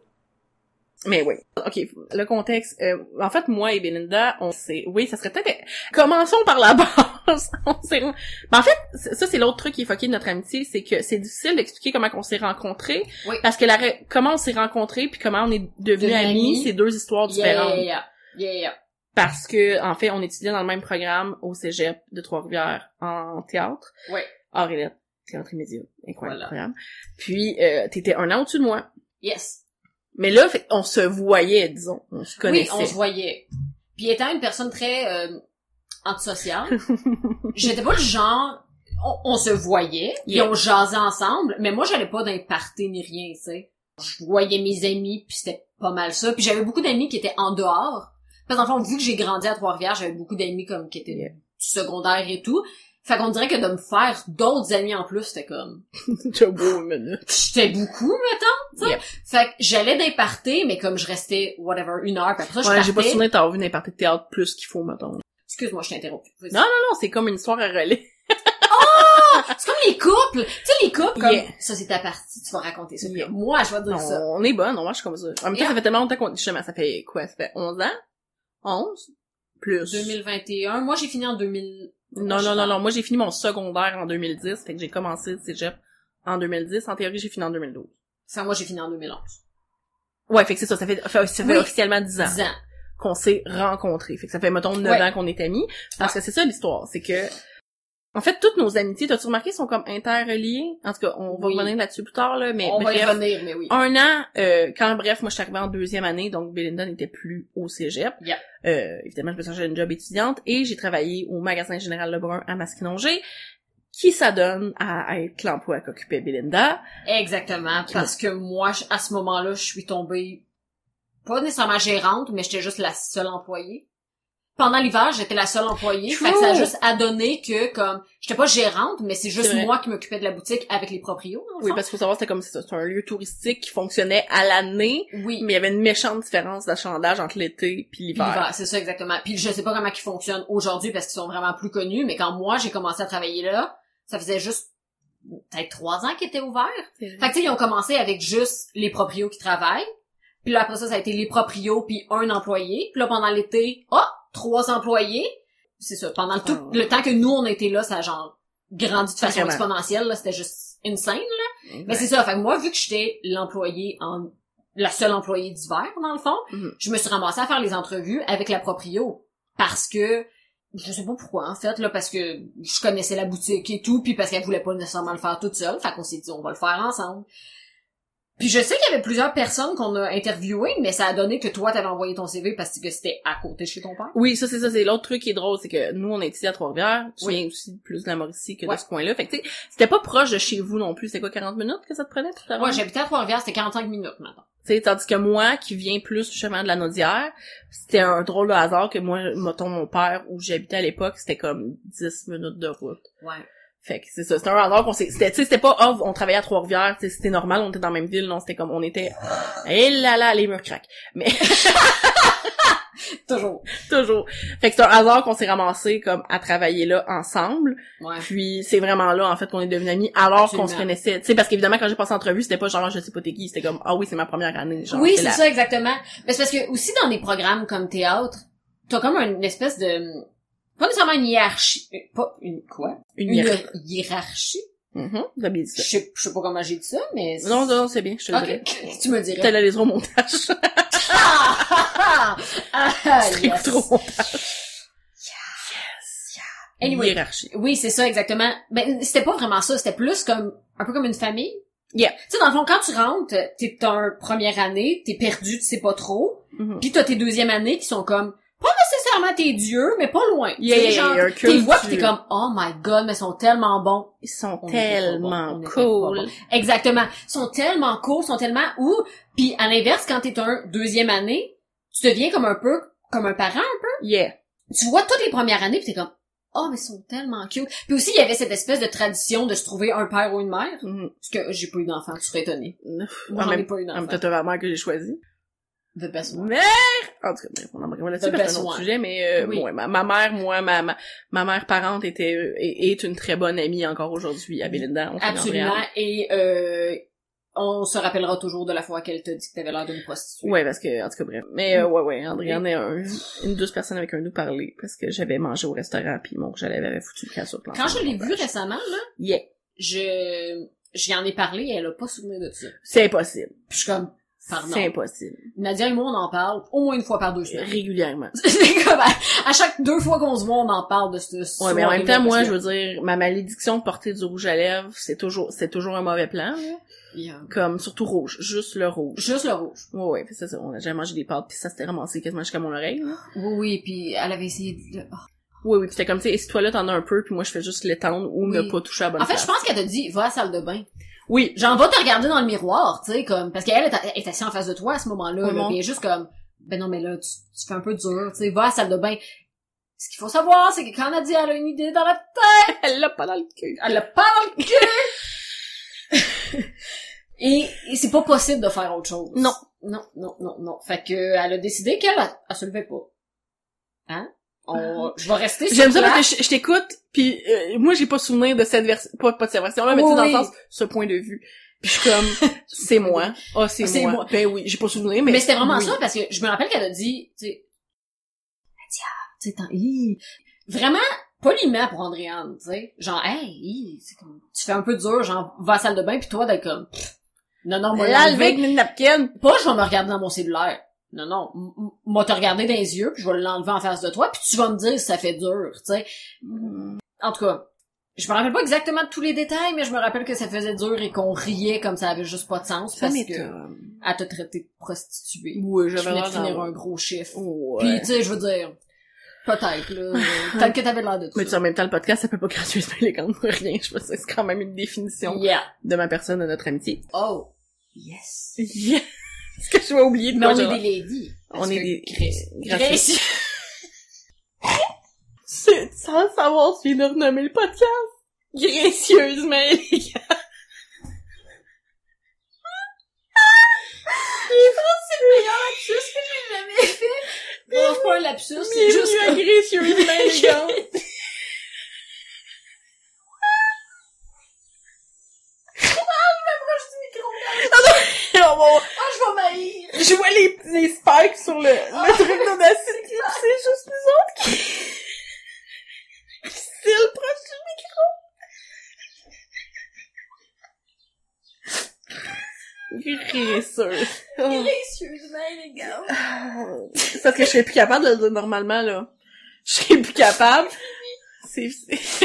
Speaker 2: Mais oui. OK, le contexte. euh, en fait, moi et Belinda, on s'est... Oui, ça serait peut-être... Commençons par la *laughs* base. on s'est... Ben, en fait, c- ça, c'est l'autre truc qui est fucké de notre amitié, c'est que c'est difficile d'expliquer comment on s'est rencontrés.
Speaker 1: Oui.
Speaker 2: Parce que la... ra- comment on s'est rencontrés puis comment on est devenus
Speaker 1: Devenus
Speaker 2: amis,
Speaker 1: amis.
Speaker 2: c'est deux histoires différentes.
Speaker 1: Yeah, yeah, yeah, yeah.
Speaker 2: Parce que, en fait, on étudiait dans le même programme au cégep de Trois-Rivières en théâtre.
Speaker 1: Ouais.
Speaker 2: Or, et là, théâtre immédiat. Incroyable
Speaker 1: Voilà.
Speaker 2: programme. Puis, euh, t'étais un an au-dessus de moi.
Speaker 1: Yes.
Speaker 2: Mais là, fait- on se voyait, disons. On se
Speaker 1: Oui,
Speaker 2: connaissait.
Speaker 1: on se voyait. Puis étant une personne très euh, antisociale,
Speaker 2: *laughs*
Speaker 1: j'étais pas le genre... On, on se voyait, puis
Speaker 2: Yeah.
Speaker 1: on jasait ensemble, mais moi, j'allais pas d'un party ni rien, tu sais. Je voyais mes amis, puis c'était pas mal ça. Puis j'avais beaucoup d'amis qui étaient en dehors. Parce qu'en fond, vu que j'ai grandi à Trois-Rivières, j'avais beaucoup d'amis comme qui étaient
Speaker 2: Yeah.
Speaker 1: du secondaire et tout. Fait qu'on dirait que de me faire d'autres amis en plus, c'était comme...
Speaker 2: T'as beau une minute.
Speaker 1: J'étais beaucoup, mettons, tu sais.
Speaker 2: Yep.
Speaker 1: Fait que j'allais d'un party, mais comme je restais, whatever, une heure, puis après ça,
Speaker 2: Ouais,
Speaker 1: je
Speaker 2: j'ai pas
Speaker 1: partais.
Speaker 2: souvenir d'avoir vu n'importe quel théâtre plus qu'il faut, mettons. Non,
Speaker 1: Excuse-moi, je t'interromps. Vas-y.
Speaker 2: non, non, c'est comme une histoire à relais.
Speaker 1: C'est comme les couples. Tu sais, les couples, comme,
Speaker 2: Yeah.
Speaker 1: ça, c'est ta partie, tu vas raconter ça. Puis
Speaker 2: Yeah.
Speaker 1: Moi, je vais te dire
Speaker 2: Non,
Speaker 1: ça.
Speaker 2: on est bonne, on marche comme ça. En même temps,
Speaker 1: Yeah.
Speaker 2: ça fait tellement longtemps qu'on... Justement, ça fait quoi? Ça fait 11 ans? 11? Plus.
Speaker 1: 2021. Moi, j'ai fini en 2000.
Speaker 2: Non, non, non, non. Moi, j'ai fini mon secondaire en 2010, fait que j'ai commencé le cégep en 2010. En théorie, j'ai fini en 2012.
Speaker 1: Enfin, moi, j'ai fini en 2011.
Speaker 2: Ouais, fait que c'est ça. Ça fait, ça fait
Speaker 1: Oui.
Speaker 2: officiellement 10 ans
Speaker 1: 10 ans.
Speaker 2: qu'on s'est rencontrés. Fait que ça fait, mettons, 9
Speaker 1: Ouais. Ah.
Speaker 2: ans qu'on est amis. Parce que c'est ça l'histoire. C'est que, en fait, toutes nos amitiés, t'as-tu remarqué, sont comme interreliées? En tout cas, on va
Speaker 1: Oui.
Speaker 2: revenir là-dessus plus tard, là, mais
Speaker 1: On va y
Speaker 2: Eh, bref.
Speaker 1: revenir, mais oui.
Speaker 2: Un an, euh, quand bref, moi je suis arrivée en deuxième année, donc Belinda n'était plus au cégep.
Speaker 1: Yeah.
Speaker 2: Euh, évidemment, je me cherchais une job étudiante et j'ai travaillé au magasin Général Lebrun à Masquinongé, qui s'adonne à être l'emploi qu'occupait Belinda.
Speaker 1: Exactement. Parce que moi, je- à ce moment-là, je suis tombée, pas nécessairement gérante, mais j'étais juste la seule employée. Pendant l'hiver, j'étais la seule employée. Fait que ça a
Speaker 2: True.
Speaker 1: juste adonné que, comme, j'étais pas gérante, mais c'est juste
Speaker 2: C'est vrai.
Speaker 1: moi qui m'occupais de la boutique avec les proprios, dans le
Speaker 2: Oui,
Speaker 1: fond.
Speaker 2: parce qu'il faut savoir, c'était comme ça, c'était un lieu touristique qui fonctionnait à l'année,
Speaker 1: Oui.
Speaker 2: mais il y avait une méchante différence d'achalandage entre l'été puis
Speaker 1: Puis
Speaker 2: l'hiver.
Speaker 1: l'hiver, c'est ça exactement. Puis je sais pas comment ils fonctionnent aujourd'hui parce qu'ils sont vraiment plus connus, mais quand moi j'ai commencé à travailler là, ça faisait juste peut-être trois ans qu'ils étaient ouverts. Fait que tu sais, ils ont commencé avec juste les proprios qui travaillent. Puis là après ça, ça a été les proprios puis un employé. Puis là pendant l'été, oh, trois employés. C'est ça. Pendant tout
Speaker 2: Ah ouais.
Speaker 1: le temps que nous on était là, ça a genre grandi de façon
Speaker 2: Vraiment.
Speaker 1: exponentielle. là. C'était juste insane.
Speaker 2: Ouais.
Speaker 1: Mais c'est ça. Fait que moi, vu que j'étais l'employée en, la seule employée d'hiver, dans le fond,
Speaker 2: Mhm.
Speaker 1: je me suis ramassée à faire les entrevues avec la proprio. Parce que, je sais pas pourquoi, en fait, là, parce que je connaissais la boutique et tout, puis parce qu'elle voulait pas nécessairement le faire toute seule. Fait qu'on s'est dit, on va le faire ensemble. Puis je sais qu'il y avait plusieurs personnes qu'on a interviewées, mais ça a donné que toi, t'avais envoyé ton CV parce que c'était à côté de chez ton père.
Speaker 2: Oui, ça c'est ça, c'est l'autre truc qui est drôle, c'est que nous on est ici à Trois-Rivières, tu
Speaker 1: Oui.
Speaker 2: viens aussi plus de la Mauricie que
Speaker 1: Ouais.
Speaker 2: de ce coin-là. Fait que tu sais, c'était pas proche de chez vous non plus, c'était quoi 40 minutes que ça te prenait tout à l'heure?
Speaker 1: Moi, j'habitais à Trois-Rivières, c'était 45 minutes maintenant.
Speaker 2: Tu sais, tandis que moi, qui viens plus justement de la Naudière, c'était un drôle de hasard que moi, mettons mon père, où j'habitais à l'époque, c'était comme 10 minutes de route.
Speaker 1: Ouais.
Speaker 2: Fait que c'est ça, c'était un hasard qu'on s'est... C'était, tu sais, c'était pas, oh, on travaillait à Trois-Rivières, tu sais, c'était normal, on était dans la même ville, non, c'était comme, on était... Eh là là, les murs craquent.
Speaker 1: Toujours.
Speaker 2: Toujours. Fait que c'est un hasard qu'on s'est ramassés comme à travailler là ensemble.
Speaker 1: Ouais.
Speaker 2: Puis c'est vraiment là en fait qu'on est devenus amis alors qu'on se
Speaker 1: Absolument.
Speaker 2: connaissait. Tu sais parce qu'évidemment quand j'ai passé l'entrevue, c'était pas genre je sais pas t'es qui, c'était comme ah oui, c'est ma première année genre.
Speaker 1: oui,
Speaker 2: c'est
Speaker 1: c'est
Speaker 2: la-
Speaker 1: ça, exactement. Mais c'est parce que aussi dans des programmes comme théâtre, t'as comme une espèce de... Pas nécessairement une hiérarchie... euh, Pas une quoi?
Speaker 2: une
Speaker 1: Une
Speaker 2: hiérarchie.
Speaker 1: hiérarchie?
Speaker 2: Mhm, t'as bien dit
Speaker 1: Je
Speaker 2: ça.
Speaker 1: sais je sais pas comment j'ai dit ça, mais... c'est-
Speaker 2: Non, non, c'est bien, je te le dirais.
Speaker 1: Ok, *laughs* tu me
Speaker 2: T'as
Speaker 1: dirais.
Speaker 2: la laisseras au montage. *laughs*
Speaker 1: Ah! Ah! *laughs* Ah! Ah!
Speaker 2: Tu
Speaker 1: yes.
Speaker 2: l'écouteras au montage.
Speaker 1: Anyway.
Speaker 2: Hiérarchie.
Speaker 1: Oui, c'est ça, exactement. Ben, c'était pas vraiment ça, c'était plus comme, un peu comme une famille.
Speaker 2: Yeah.
Speaker 1: Tu sais, dans le fond, quand tu rentres, t'es en première année, t'es perdu, tu sais pas trop.
Speaker 2: Mhm.
Speaker 1: Pis t'as tes deuxièmes années qui sont comme pas nécessairement tes dieux, mais pas loin.
Speaker 2: Yeah,
Speaker 1: Tu
Speaker 2: yeah,
Speaker 1: sais, genre,
Speaker 2: yeah, un
Speaker 1: t'es vois pis
Speaker 2: culte.
Speaker 1: t'es comme oh my god, mais ils sont tellement bons.
Speaker 2: Ils sont
Speaker 1: On était pas
Speaker 2: tellement
Speaker 1: bons, on était
Speaker 2: cool.
Speaker 1: pas bons. Exactement. Ils sont tellement cool, ils sont tellement où. Puis à l'inverse, quand t'es un deuxième année, tu deviens comme un peu comme un parent.
Speaker 2: Yeah.
Speaker 1: Tu vois toutes les premières années pis t'es comme oh mais ils sont tellement cute. Puis aussi il y avait cette espèce de tradition de se trouver un père ou une mère.
Speaker 2: Mhm.
Speaker 1: Parce que j'ai pas eu d'enfant, tu serais étonnée. Moi
Speaker 2: En
Speaker 1: j'en ai
Speaker 2: même
Speaker 1: pas eu
Speaker 2: en même
Speaker 1: d'enfant.
Speaker 2: temps, Ah, t'as la mère que j'ai choisie.
Speaker 1: The best one.
Speaker 2: Mère! En tout cas, bref, on en reviendra là-dessus
Speaker 1: The
Speaker 2: parce que
Speaker 1: best
Speaker 2: c'est un autre
Speaker 1: one.
Speaker 2: sujet, mais euh,
Speaker 1: Oui.
Speaker 2: ouais, ma, ma mère, moi, ma, ma, ma mère parente était, euh, est, est une très bonne amie encore aujourd'hui à Belinda. On s'en revient.
Speaker 1: Absolument. Et euh, on se rappellera toujours de la fois qu'elle t'a dit que t'avais l'air d'une prostituée.
Speaker 2: Ouais, parce que, en tout cas, bref. Mais, euh, ouais, ouais, Andréane est un, une douce personne avec un nous parler, parce que j'avais mangé au restaurant, puis mon j'allais avait foutu le casse au plan.
Speaker 1: Quand je l'ai vue récemment, là,
Speaker 2: Yeah.
Speaker 1: je, j'y en ai parlé et elle a pas souvenir de ça.
Speaker 2: C'est impossible.
Speaker 1: Puis je suis comme, pardon.
Speaker 2: C'est impossible.
Speaker 1: Nadia et moi, on en parle au moins une fois par deux semaines. *laughs*
Speaker 2: Régulièrement.
Speaker 1: C'est comme, à, à chaque deux fois qu'on se voit, on en parle de ce
Speaker 2: Ouais, mais en même temps, moi, je veux dire, ma malédiction de porter du rouge à lèvres, c'est toujours, c'est toujours un mauvais plan, là. Comme, surtout rouge. Juste le rouge.
Speaker 1: Juste le rouge.
Speaker 2: Ouais, ouais, pis ça, ça, on a jamais mangé des pâtes, pis ça s'était ramassé quasiment jusqu'à mon oreille, là.
Speaker 1: Oui, oui, puis elle avait essayé de... oh.
Speaker 2: Oui, oui, pis c'était comme, tu sais, et si toi là, t'en as un peu, puis moi, je fais juste l'étendre ou ne
Speaker 1: Oui.
Speaker 2: pas toucher à la bonne
Speaker 1: En fait,
Speaker 2: place.
Speaker 1: je pense qu'elle t'a dit, va à la salle de bain.
Speaker 2: Oui.
Speaker 1: Genre, va te regarder dans le miroir, tu sais, comme... Parce qu'elle est, elle est assise en face de toi à ce moment-là, là,
Speaker 2: Oui, bon.
Speaker 1: puis elle est juste comme, ben non, mais là, tu, tu fais un peu dur, tu sais, va à la salle de bain. Ce qu'il faut savoir, c'est que quand Nadia elle a une idée dans la tête,
Speaker 2: Elle l'a pas dans le cul.
Speaker 1: elle la parle
Speaker 2: *laughs*
Speaker 1: et, et c'est pas possible de faire autre chose.
Speaker 2: Non.
Speaker 1: Non, non, non, non. Fait que elle a décidé qu'elle elle se levait pas. Hein? On, je vais rester sur
Speaker 2: Ah. J'aime ça
Speaker 1: place.
Speaker 2: parce que je, je t'écoute, puis euh, moi j'ai pas souvenir de cette version, pas, pas de cette version-là, mais tu sais, dans
Speaker 1: Oui.
Speaker 2: le sens, ce point de vue. Puis je
Speaker 1: *laughs*
Speaker 2: suis comme, c'est moi, ah c'est
Speaker 1: C'est
Speaker 2: moi.
Speaker 1: moi.
Speaker 2: ben oui, j'ai pas souvenir, mais
Speaker 1: Mais, c'était vraiment
Speaker 2: oui.
Speaker 1: ça parce que je me rappelle qu'elle a dit, tu sais, Nadia, tu sais, t'en- hi. vraiment poliment pour Andréane, tu sais, genre, hey, hi, c'est comme, tu fais un peu dur, genre, va à la salle de bain puis toi d'être comme, Pff, non, non, moi,
Speaker 2: Là, avec une napkin.
Speaker 1: pas je vais me regarder dans mon cellulaire. Non, non. m- m- Moi, te regarder dans les yeux, puis je vais l'enlever en face de toi, puis tu vas me dire si ça fait dur, tu sais. En tout cas, je me rappelle pas exactement de tous les détails, mais je me rappelle que ça faisait dur et qu'on riait comme ça avait juste pas de sens,
Speaker 2: Ça
Speaker 1: parce que elle
Speaker 2: m'étonne.
Speaker 1: t'a traité de prostituée.
Speaker 2: Ouais,
Speaker 1: Je
Speaker 2: j'avais
Speaker 1: venais de
Speaker 2: l'air
Speaker 1: finir
Speaker 2: d'en-
Speaker 1: un gros chiffre. Puis,
Speaker 2: Ouais.
Speaker 1: tu sais, je veux dire, peut-être, *laughs* là. peut-être que t'avais l'air de tout
Speaker 2: Mais tu sais, en même temps, le podcast, ça peut pas *laughs* gracieusement les gants rien. Je pense que c'est quand même une définition
Speaker 1: Yeah.
Speaker 2: de ma personne, de notre amitié.
Speaker 1: Oh. Yes.
Speaker 2: Yeah. Est-ce que je vais oublier de
Speaker 1: Mais on
Speaker 2: quoi
Speaker 1: est
Speaker 2: je-
Speaker 1: des ladies.
Speaker 2: On est des... Gracieuses.
Speaker 1: *laughs* Gracie.
Speaker 2: C'est- Sans savoir, tu viens de renommer le podcast. Gracieusement élégant.
Speaker 1: *laughs* jamais fait. Bon, pas un lapsus, c'est
Speaker 2: Bienvenue
Speaker 1: juste *laughs*
Speaker 2: à gracieusement élégant. Alors, bon,
Speaker 1: Ah, je vais m'haïr!
Speaker 2: je vois les, les spikes sur le,
Speaker 1: Ah.
Speaker 2: le truc d'audacité, pis c'est juste nous autres qui... C'est le prochain. Graisseuse.
Speaker 1: Gracieusement élégante.
Speaker 2: C'est parce que je serais plus capable de le dire normalement, là. Je serais
Speaker 1: *laughs*
Speaker 2: plus capable. C'est... c'est-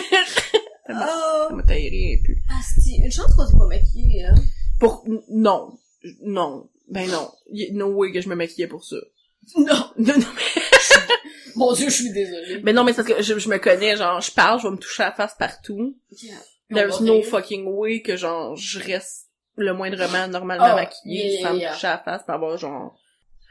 Speaker 1: Oh!
Speaker 2: Ça m'a taillé plus.
Speaker 1: Asti, Ah, une chance qu'on s'est pas maquillé, hein.
Speaker 2: Pour... Non. Non. Ben non. Y- No way que je me maquillais pour ça.
Speaker 1: Non!
Speaker 2: *laughs* Non, non,
Speaker 1: Mon dieu, je suis désolée.
Speaker 2: Mais non, mais c'est parce que je, je me connais, genre, je parle, je vais me toucher à la face partout.
Speaker 1: Oh,
Speaker 2: There's no fucking way que, genre, je reste le moindrement normalement
Speaker 1: Oh,
Speaker 2: maquillée
Speaker 1: yeah,
Speaker 2: sans
Speaker 1: yeah.
Speaker 2: me toucher à la face, par avoir, genre...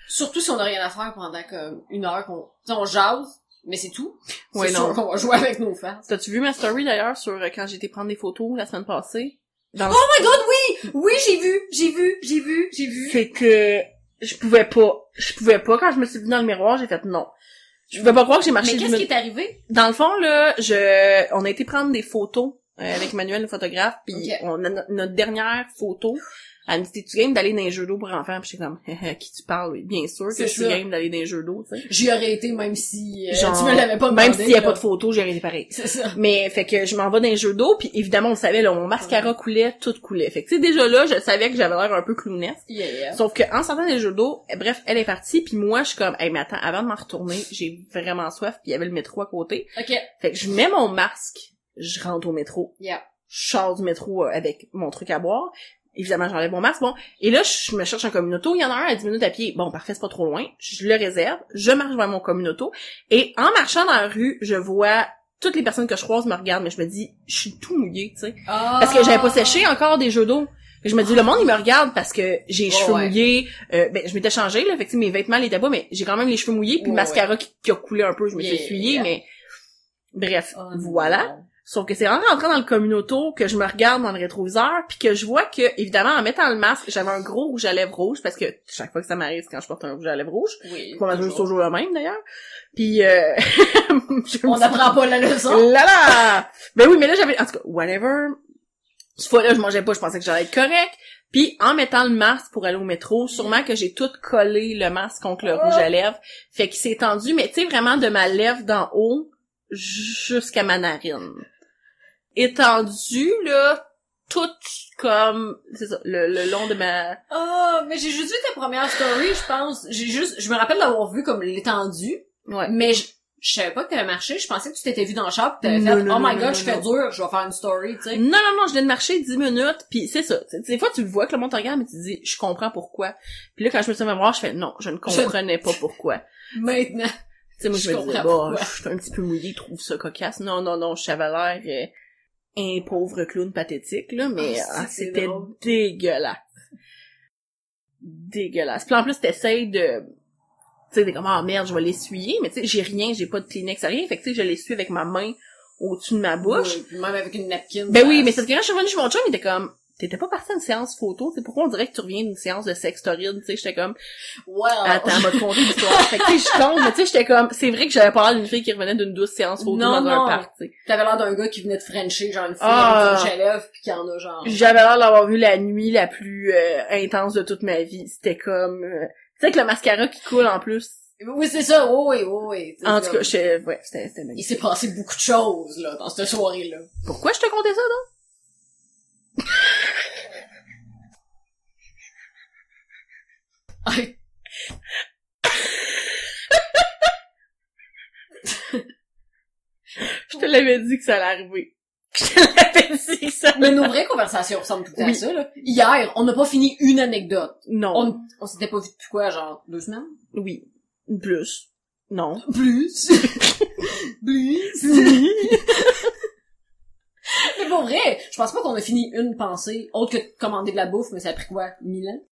Speaker 1: Surtout si on a rien à faire pendant comme une heure qu'on, tu sais, on jase, mais c'est tout. C'est
Speaker 2: Ouais,
Speaker 1: sûr
Speaker 2: non.
Speaker 1: qu'on va jouer avec nos fans.
Speaker 2: T'as-tu vu ma story, d'ailleurs, sur euh, quand j'étais prendre des photos la semaine passée? Dans
Speaker 1: Oh my god, oui! Oui, j'ai vu, j'ai vu, j'ai vu, j'ai vu.
Speaker 2: c'est que je pouvais pas. Je pouvais pas. Quand je me suis vue dans le miroir, j'ai fait non. Je pouvais pas croire que j'ai marché
Speaker 1: Mais
Speaker 2: du
Speaker 1: qu'est-ce qui
Speaker 2: mi-
Speaker 1: est arrivé?
Speaker 2: Dans le fond, là, je, on a été prendre des photos euh, avec Manuel, le photographe, puis
Speaker 1: Ok.
Speaker 2: on a no- notre dernière photo. Elle me dit, tu game d'aller dans les jeux d'eau pour enfants? Puis j'étais comme, *laughs* à qui tu parles? Oui, Bien sûr que
Speaker 1: C'est
Speaker 2: je suis
Speaker 1: ça.
Speaker 2: game d'aller dans les jeux d'eau, tu sais.
Speaker 1: J'y aurais été même si, euh,
Speaker 2: Genre,
Speaker 1: tu me l'avais pas demandé.
Speaker 2: Même s'il y a
Speaker 1: là.
Speaker 2: pas de photos, j'ai rien dit pareil.
Speaker 1: *laughs* C'est ça.
Speaker 2: Mais fait que je m'en vais dans les jeux d'eau, puis évidemment, on le savait, là, mon mascara coulait, tout coulait. Fait que tu sais, déjà là, je savais que j'avais l'air un peu clownesque.
Speaker 1: Yeah, yeah.
Speaker 2: Sauf que en sortant des jeux d'eau, eh, bref, elle est partie, puis moi je suis comme hey mais attends, avant de m'en retourner, j'ai vraiment soif, puis il y avait le métro à côté.
Speaker 1: Ok.
Speaker 2: Fait que je mets mon masque, je rentre au métro.
Speaker 1: Yeah.
Speaker 2: Je sors du métro euh, avec mon truc à boire. Évidemment, j'enlève mon masque. Bon, et là je me cherche un communauto, il y en a un à 10 minutes à pied. Bon, parfait, c'est pas trop loin. Je le réserve, je marche vers mon communauto et en marchant dans la rue, je vois toutes les personnes que je croise me regardent, mais je me dis je suis tout mouillée, tu sais. Parce que j'avais pas
Speaker 1: Ah!
Speaker 2: séché encore des jeux d'eau. Je me dis, le monde, il me regarde parce que j'ai les
Speaker 1: Oh,
Speaker 2: cheveux
Speaker 1: ouais.
Speaker 2: mouillés. Euh, ben, je m'étais changée, là. Fait que, tu sais, mes vêtements, les pas, mais j'ai quand même les cheveux mouillés. Puis le
Speaker 1: Ouais,
Speaker 2: mascara qui, qui a coulé un peu, je me suis
Speaker 1: Yeah,
Speaker 2: essuyée,
Speaker 1: yeah.
Speaker 2: mais... Bref,
Speaker 1: Oh,
Speaker 2: voilà.
Speaker 1: non.
Speaker 2: Sauf que c'est en rentrant dans le communauto que je me regarde dans le rétroviseur puis que je vois que, évidemment, en mettant le masque, j'avais un gros rouge à lèvres rouge parce que chaque fois que ça m'arrive, c'est quand je porte un rouge à lèvres rouge.
Speaker 1: Oui.
Speaker 2: Pas mal
Speaker 1: toujours.
Speaker 2: toujours le même, d'ailleurs. Puis, euh, *laughs* je me
Speaker 1: On
Speaker 2: suis- Euh.
Speaker 1: n'apprend pas la leçon.
Speaker 2: Là là! Ben oui, mais là j'avais. En tout cas, whatever. Cette fois-là, je mangeais pas, je pensais que j'allais être correct. Puis en mettant le masque pour aller au métro, sûrement que j'ai tout collé le masque contre le rouge à lèvres. Fait qu'il s'est tendu, mais tu sais, vraiment de ma lèvre d'en haut jusqu'à ma narine. Étendu, là, tout comme c'est ça, le, le long de ma.
Speaker 1: Ah, mais j'ai juste vu ta première story, je pense. J'ai juste, je me rappelle d'avoir vu comme l'étendue,
Speaker 2: Ouais.
Speaker 1: mais je, je savais pas que t'avais marché. Je pensais que tu t'étais vu dans le shop, pis t'avais
Speaker 2: Non,
Speaker 1: fait,
Speaker 2: non,
Speaker 1: oh my
Speaker 2: non,
Speaker 1: god,
Speaker 2: non,
Speaker 1: je fais
Speaker 2: non.
Speaker 1: dur, je vais faire une story, tu sais.
Speaker 2: Non, non, non, je viens de marcher 10 minutes, puis c'est ça. Tu sais, Des fois, tu le vois que le monde te regarde, mais tu te dis, je comprends pourquoi. Puis là, quand je me suis fait voir, je fais, non, je ne comprenais pas pourquoi.
Speaker 1: Maintenant.
Speaker 2: Tu sais, moi, je,
Speaker 1: Je
Speaker 2: me disais,
Speaker 1: comprends
Speaker 2: bah, je suis un petit peu mouillée, je trouve ça cocasse. Non, non, non, je avais l'air euh, un pauvre clown pathétique, là, mais
Speaker 1: Ah, si,
Speaker 2: ah,
Speaker 1: c'est
Speaker 2: c'était
Speaker 1: drôle.
Speaker 2: dégueulasse. Dégueulasse. Puis en plus, t'essayes de... Tu sais, t'es comme, ah merde, je vais l'essuyer, mais tu sais, j'ai rien, j'ai pas de Kleenex, rien. Fait que tu sais, je l'essuie avec ma main au-dessus de ma bouche.
Speaker 1: Oui, puis même avec une napkin.
Speaker 2: Ben oui,
Speaker 1: ça-
Speaker 2: mais c'est parce que quand je suis revenue chez mon chum, il était comme, t'étais pas parti à une séance photo, c'est pourquoi on dirait que tu reviens d'une séance de sexe torride, tu sais, j'étais comme,
Speaker 1: Wow.
Speaker 2: attends, m'a te conter l'histoire. fait que tu sais, je compte, mais tu sais, j'étais comme, c'est vrai que j'avais pas l'air d'une fille qui revenait d'une douce séance photo
Speaker 1: Non,
Speaker 2: dans
Speaker 1: non.
Speaker 2: un parc, tu sais.
Speaker 1: T'avais l'air d'un gars qui venait de frencher, genre une fille
Speaker 2: Ah.
Speaker 1: avec une rouge à lèvres, pis qui en a genre...
Speaker 2: J'avais l'air d'avoir vu la nuit la plus euh, intense de toute ma vie, c'était comme, euh, tu sais, que le mascara qui coule en plus.
Speaker 1: Oui, c'est ça, oui, oui, oui. oui.
Speaker 2: En tout cas,
Speaker 1: Comme-
Speaker 2: je, ouais, c'était, c'était
Speaker 1: Il
Speaker 2: magnifique.
Speaker 1: s'est passé beaucoup de choses, là, dans cette
Speaker 2: *laughs*
Speaker 1: soirée-là.
Speaker 2: Pourquoi je te contais ça, donc?
Speaker 1: I-
Speaker 2: Je te l'avais dit que ça allait arriver. *laughs* Je te l'avais dit que ça
Speaker 1: Mais
Speaker 2: allait
Speaker 1: nos vraies conversations ressemblent tout le temps
Speaker 2: Oui.
Speaker 1: à ça, là. Hier, on n'a pas fini une anecdote.
Speaker 2: Non.
Speaker 1: On, on s'était pas vu depuis quoi, genre, deux semaines?
Speaker 2: Oui. Plus.
Speaker 1: *laughs*
Speaker 2: Non.
Speaker 1: Plus. Plus. Mais pour vrai, je pense pas qu'on a fini une pensée, autre que de commander de la bouffe, mais ça a pris quoi, mille ans?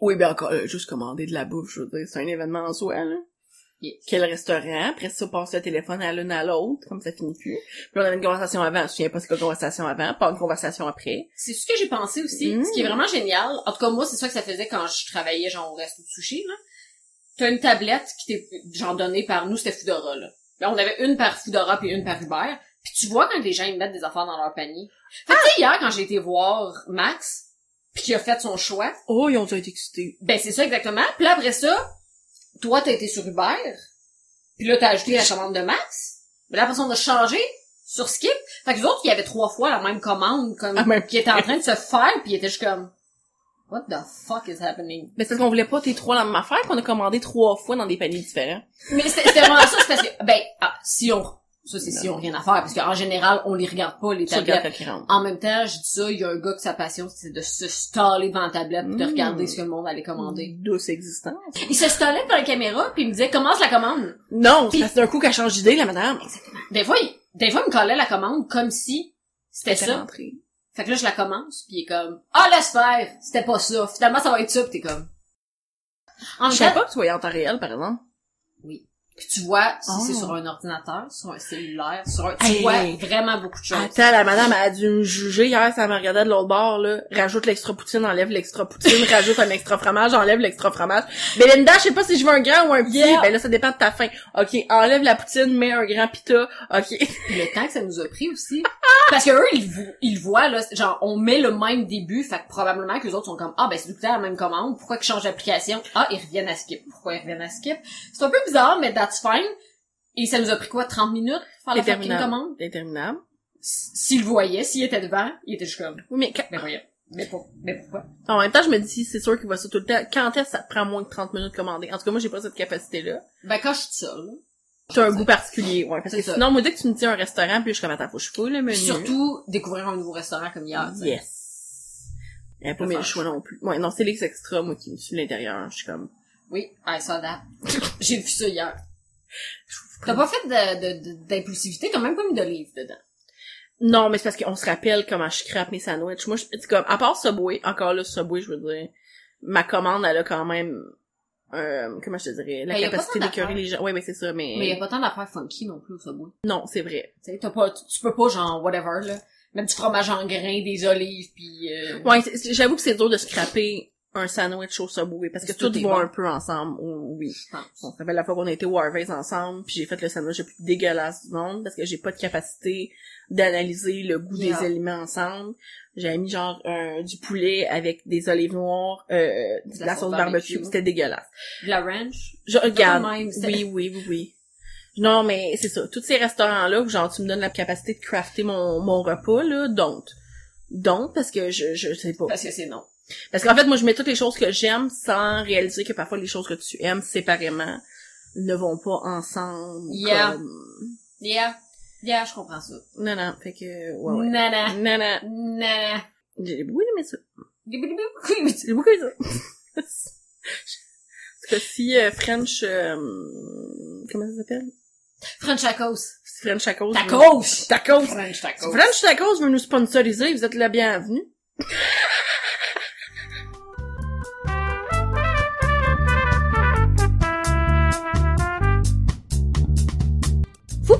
Speaker 2: Oui, ben encore, là, juste commander de la bouffe, je veux dire, c'est un événement en soi, là.
Speaker 1: Yes.
Speaker 2: Quel restaurant, après ça, passe le téléphone à l'une à l'autre, comme ça finit plus. Puis on avait une conversation avant, je me souviens pas c'est quoi la conversation avant, pas une conversation après.
Speaker 1: C'est ce que j'ai pensé aussi.
Speaker 2: Mm.
Speaker 1: Ce qui est vraiment génial. En tout cas, moi, c'est ça que ça faisait quand je travaillais, genre, au resto de sushi, là. T'as une tablette qui t'est, genre, donnée par nous, c'était Foodora, là. Là, on avait une par Foodora puis une par Uber. Puis tu vois quand les gens, ils mettent des affaires dans leur panier. Fait que, tu sais, hier, quand j'ai été voir Max, puis qu'il a fait son choix,
Speaker 2: Oh, ils ont dû être excités.
Speaker 1: ben, c'est ça, exactement. Puis là, après ça, toi, t'as été sur Uber, puis là, t'as ajouté la commande de Max. Mais la personne a changé sur Skip. Fait que les autres, il y avait trois fois la même commande, comme,
Speaker 2: Ah, mais-
Speaker 1: qui était en train de se faire, puis il était juste comme, what the fuck is happening?
Speaker 2: Mais c'est parce qu'on voulait pas tes trois la même affaire qu'on a commandé trois fois dans des paniers différents.
Speaker 1: Mais c'était c'était vraiment ça, c'est parce que, ben, ah, si on, ça, c'est si on a rien à faire, parce qu'en général, on les regarde pas, les
Speaker 2: Tu regardes
Speaker 1: tablettes.
Speaker 2: quand ils rentrent.
Speaker 1: En même temps, je dis ça, il y a un gars que sa passion, c'est de se staller devant la tablette, puis de
Speaker 2: Mm.
Speaker 1: regarder ce que le monde allait commander.
Speaker 2: Douce existence.
Speaker 1: Il se stallait devant la caméra, puis il me disait, commence la commande.
Speaker 2: Non, c'est
Speaker 1: Puis-
Speaker 2: parce que d'un coup qu'elle change d'idée, la madame.
Speaker 1: Des fois, il, des fois, il me collait la commande comme si c'était
Speaker 2: Elle est
Speaker 1: ça.
Speaker 2: rentrée.
Speaker 1: Fait que là, je la commence, puis il est comme « Ah, laisse faire! C'était pas ça! Finalement, ça va être ça! » Puis t'es comme... En
Speaker 2: Je
Speaker 1: fait,
Speaker 2: savais pas que tu voyais en temps réel, par exemple.
Speaker 1: puis tu vois si
Speaker 2: Oh.
Speaker 1: c'est sur un ordinateur, sur un cellulaire, sur un... Tu
Speaker 2: Hey.
Speaker 1: vois vraiment beaucoup de choses.
Speaker 2: Attends, la madame elle a dû me juger hier, ça me regardait de l'autre bord, là. Rajoute l'extra poutine, enlève l'extra poutine, *laughs* rajoute un extra fromage, enlève l'extra fromage. Belinda, je sais pas si je veux un grand ou un petit.
Speaker 1: Yeah.
Speaker 2: Ben là, ça dépend de ta faim. Ok, enlève la poutine, mets un grand pita. Ok. *laughs*
Speaker 1: Puis le temps que ça nous a pris aussi. Parce que eux, ils, vo- ils voient, là, c'est- genre, on met le même début, fait que probablement que les autres sont comme « Ah, ben c'est tout le temps la même commande, pourquoi qu'ils changent d'application? Ah, ils reviennent à Skip. Pourquoi ils reviennent à Skip? » C'est un peu bizarre, mais that's fine. Et ça nous a pris quoi, 30 minutes faire la fucking
Speaker 2: Déterminable.
Speaker 1: commande?
Speaker 2: Interminable.
Speaker 1: S- s'il le voyait, s'il était devant, il était juste comme,
Speaker 2: Oui, mais quand-
Speaker 1: mais voyons, mais, pour, mais pourquoi?
Speaker 2: en même temps, je me dis, c'est sûr qu'il voit ça tout le temps. Quand est-ce que ça te prend moins de 30 minutes de commander? En tout cas, moi, j'ai pas cette capacité-là.
Speaker 1: Ben, quand je suis seule,
Speaker 2: T'as un goût particulier, ouais. Parce
Speaker 1: C'est
Speaker 2: que
Speaker 1: ça.
Speaker 2: sinon, moi, dès que tu me dis un restaurant, puis je suis comme, attends, faut que je fouille le
Speaker 1: puis
Speaker 2: menu.
Speaker 1: surtout, découvrir un nouveau restaurant comme hier, tu sais.
Speaker 2: Yes. Il y a pas
Speaker 1: Ça
Speaker 2: mes
Speaker 1: change.
Speaker 2: choix non plus. Ouais, non, c'est les extra, moi, qui me suis l'intérieur. Je suis comme,
Speaker 1: Oui, I saw *laughs* that. J'ai vu ça hier. T'as pas fait de- de- de- d'impulsivité, t'as même pas mis d'olive dedans.
Speaker 2: Non, mais c'est parce qu'on se rappelle comment je crappe mes sandwichs. Moi, je, c'est comme, à part Subway, encore là, Subway, je veux dire, ma commande, elle a quand même, euh, comment je te dirais, la
Speaker 1: Ben, y a pas
Speaker 2: capacité
Speaker 1: tant
Speaker 2: d'écœurer les gens. Oui, mais c'est ça, mais,
Speaker 1: Mais y a pas tant d'affaires funky non plus au Subway.
Speaker 2: non, c'est vrai.
Speaker 1: Tu sais, t'as pas, tu, tu peux pas genre, whatever, là. Même du fromage en grains, des olives, pis euh,
Speaker 2: Ouais, c'est- c'est- j'avoue que c'est dur de scraper un sandwich au Subway parce que
Speaker 1: Tout
Speaker 2: tout,
Speaker 1: est
Speaker 2: va
Speaker 1: bon.
Speaker 2: un peu ensemble. Oh, oui.
Speaker 1: je pense.
Speaker 2: On se rappelle la fois qu'on a été au Harvey's ensemble, puis j'ai fait le sandwich le plus dégueulasse du monde parce que j'ai pas de capacité d'analyser le goût
Speaker 1: Yeah.
Speaker 2: des aliments ensemble. J'avais mis genre un- du poulet avec des olives noires, euh, de la, sauce barbecue, c'était dégueulasse.
Speaker 1: De la ranch.
Speaker 2: Je regarde.
Speaker 1: Tout de même, c'est-
Speaker 2: oui, oui, oui, oui. Non, mais c'est ça. Tous ces restaurants-là, où genre tu me donnes la capacité de crafter mon, mon repas, là, don't. Don't, parce que je, je sais pas.
Speaker 1: Parce que c'est non.
Speaker 2: Parce qu'en fait, moi, je mets toutes les choses que j'aime sans réaliser que parfois les choses que tu aimes séparément ne vont pas ensemble.
Speaker 1: Yeah.
Speaker 2: comme-
Speaker 1: Yeah. Yeah, je comprends ça.
Speaker 2: Non, non, fait que, ouais, ouais.
Speaker 1: Nana.
Speaker 2: Non, non,
Speaker 1: Nana.
Speaker 2: j'ai beaucoup aimé ça.
Speaker 1: *laughs* Gibidibidibidi.
Speaker 2: J'ai beaucoup aimé ça. *laughs* Parce que si euh, French, euh, comment ça s'appelle?
Speaker 1: French tacos.
Speaker 2: Si French Tacos.
Speaker 1: Tacos!
Speaker 2: Tacos!
Speaker 1: French
Speaker 2: Si
Speaker 1: tacos.
Speaker 2: French Tacos veut nous sponsoriser, vous êtes la bienvenue.
Speaker 1: Vous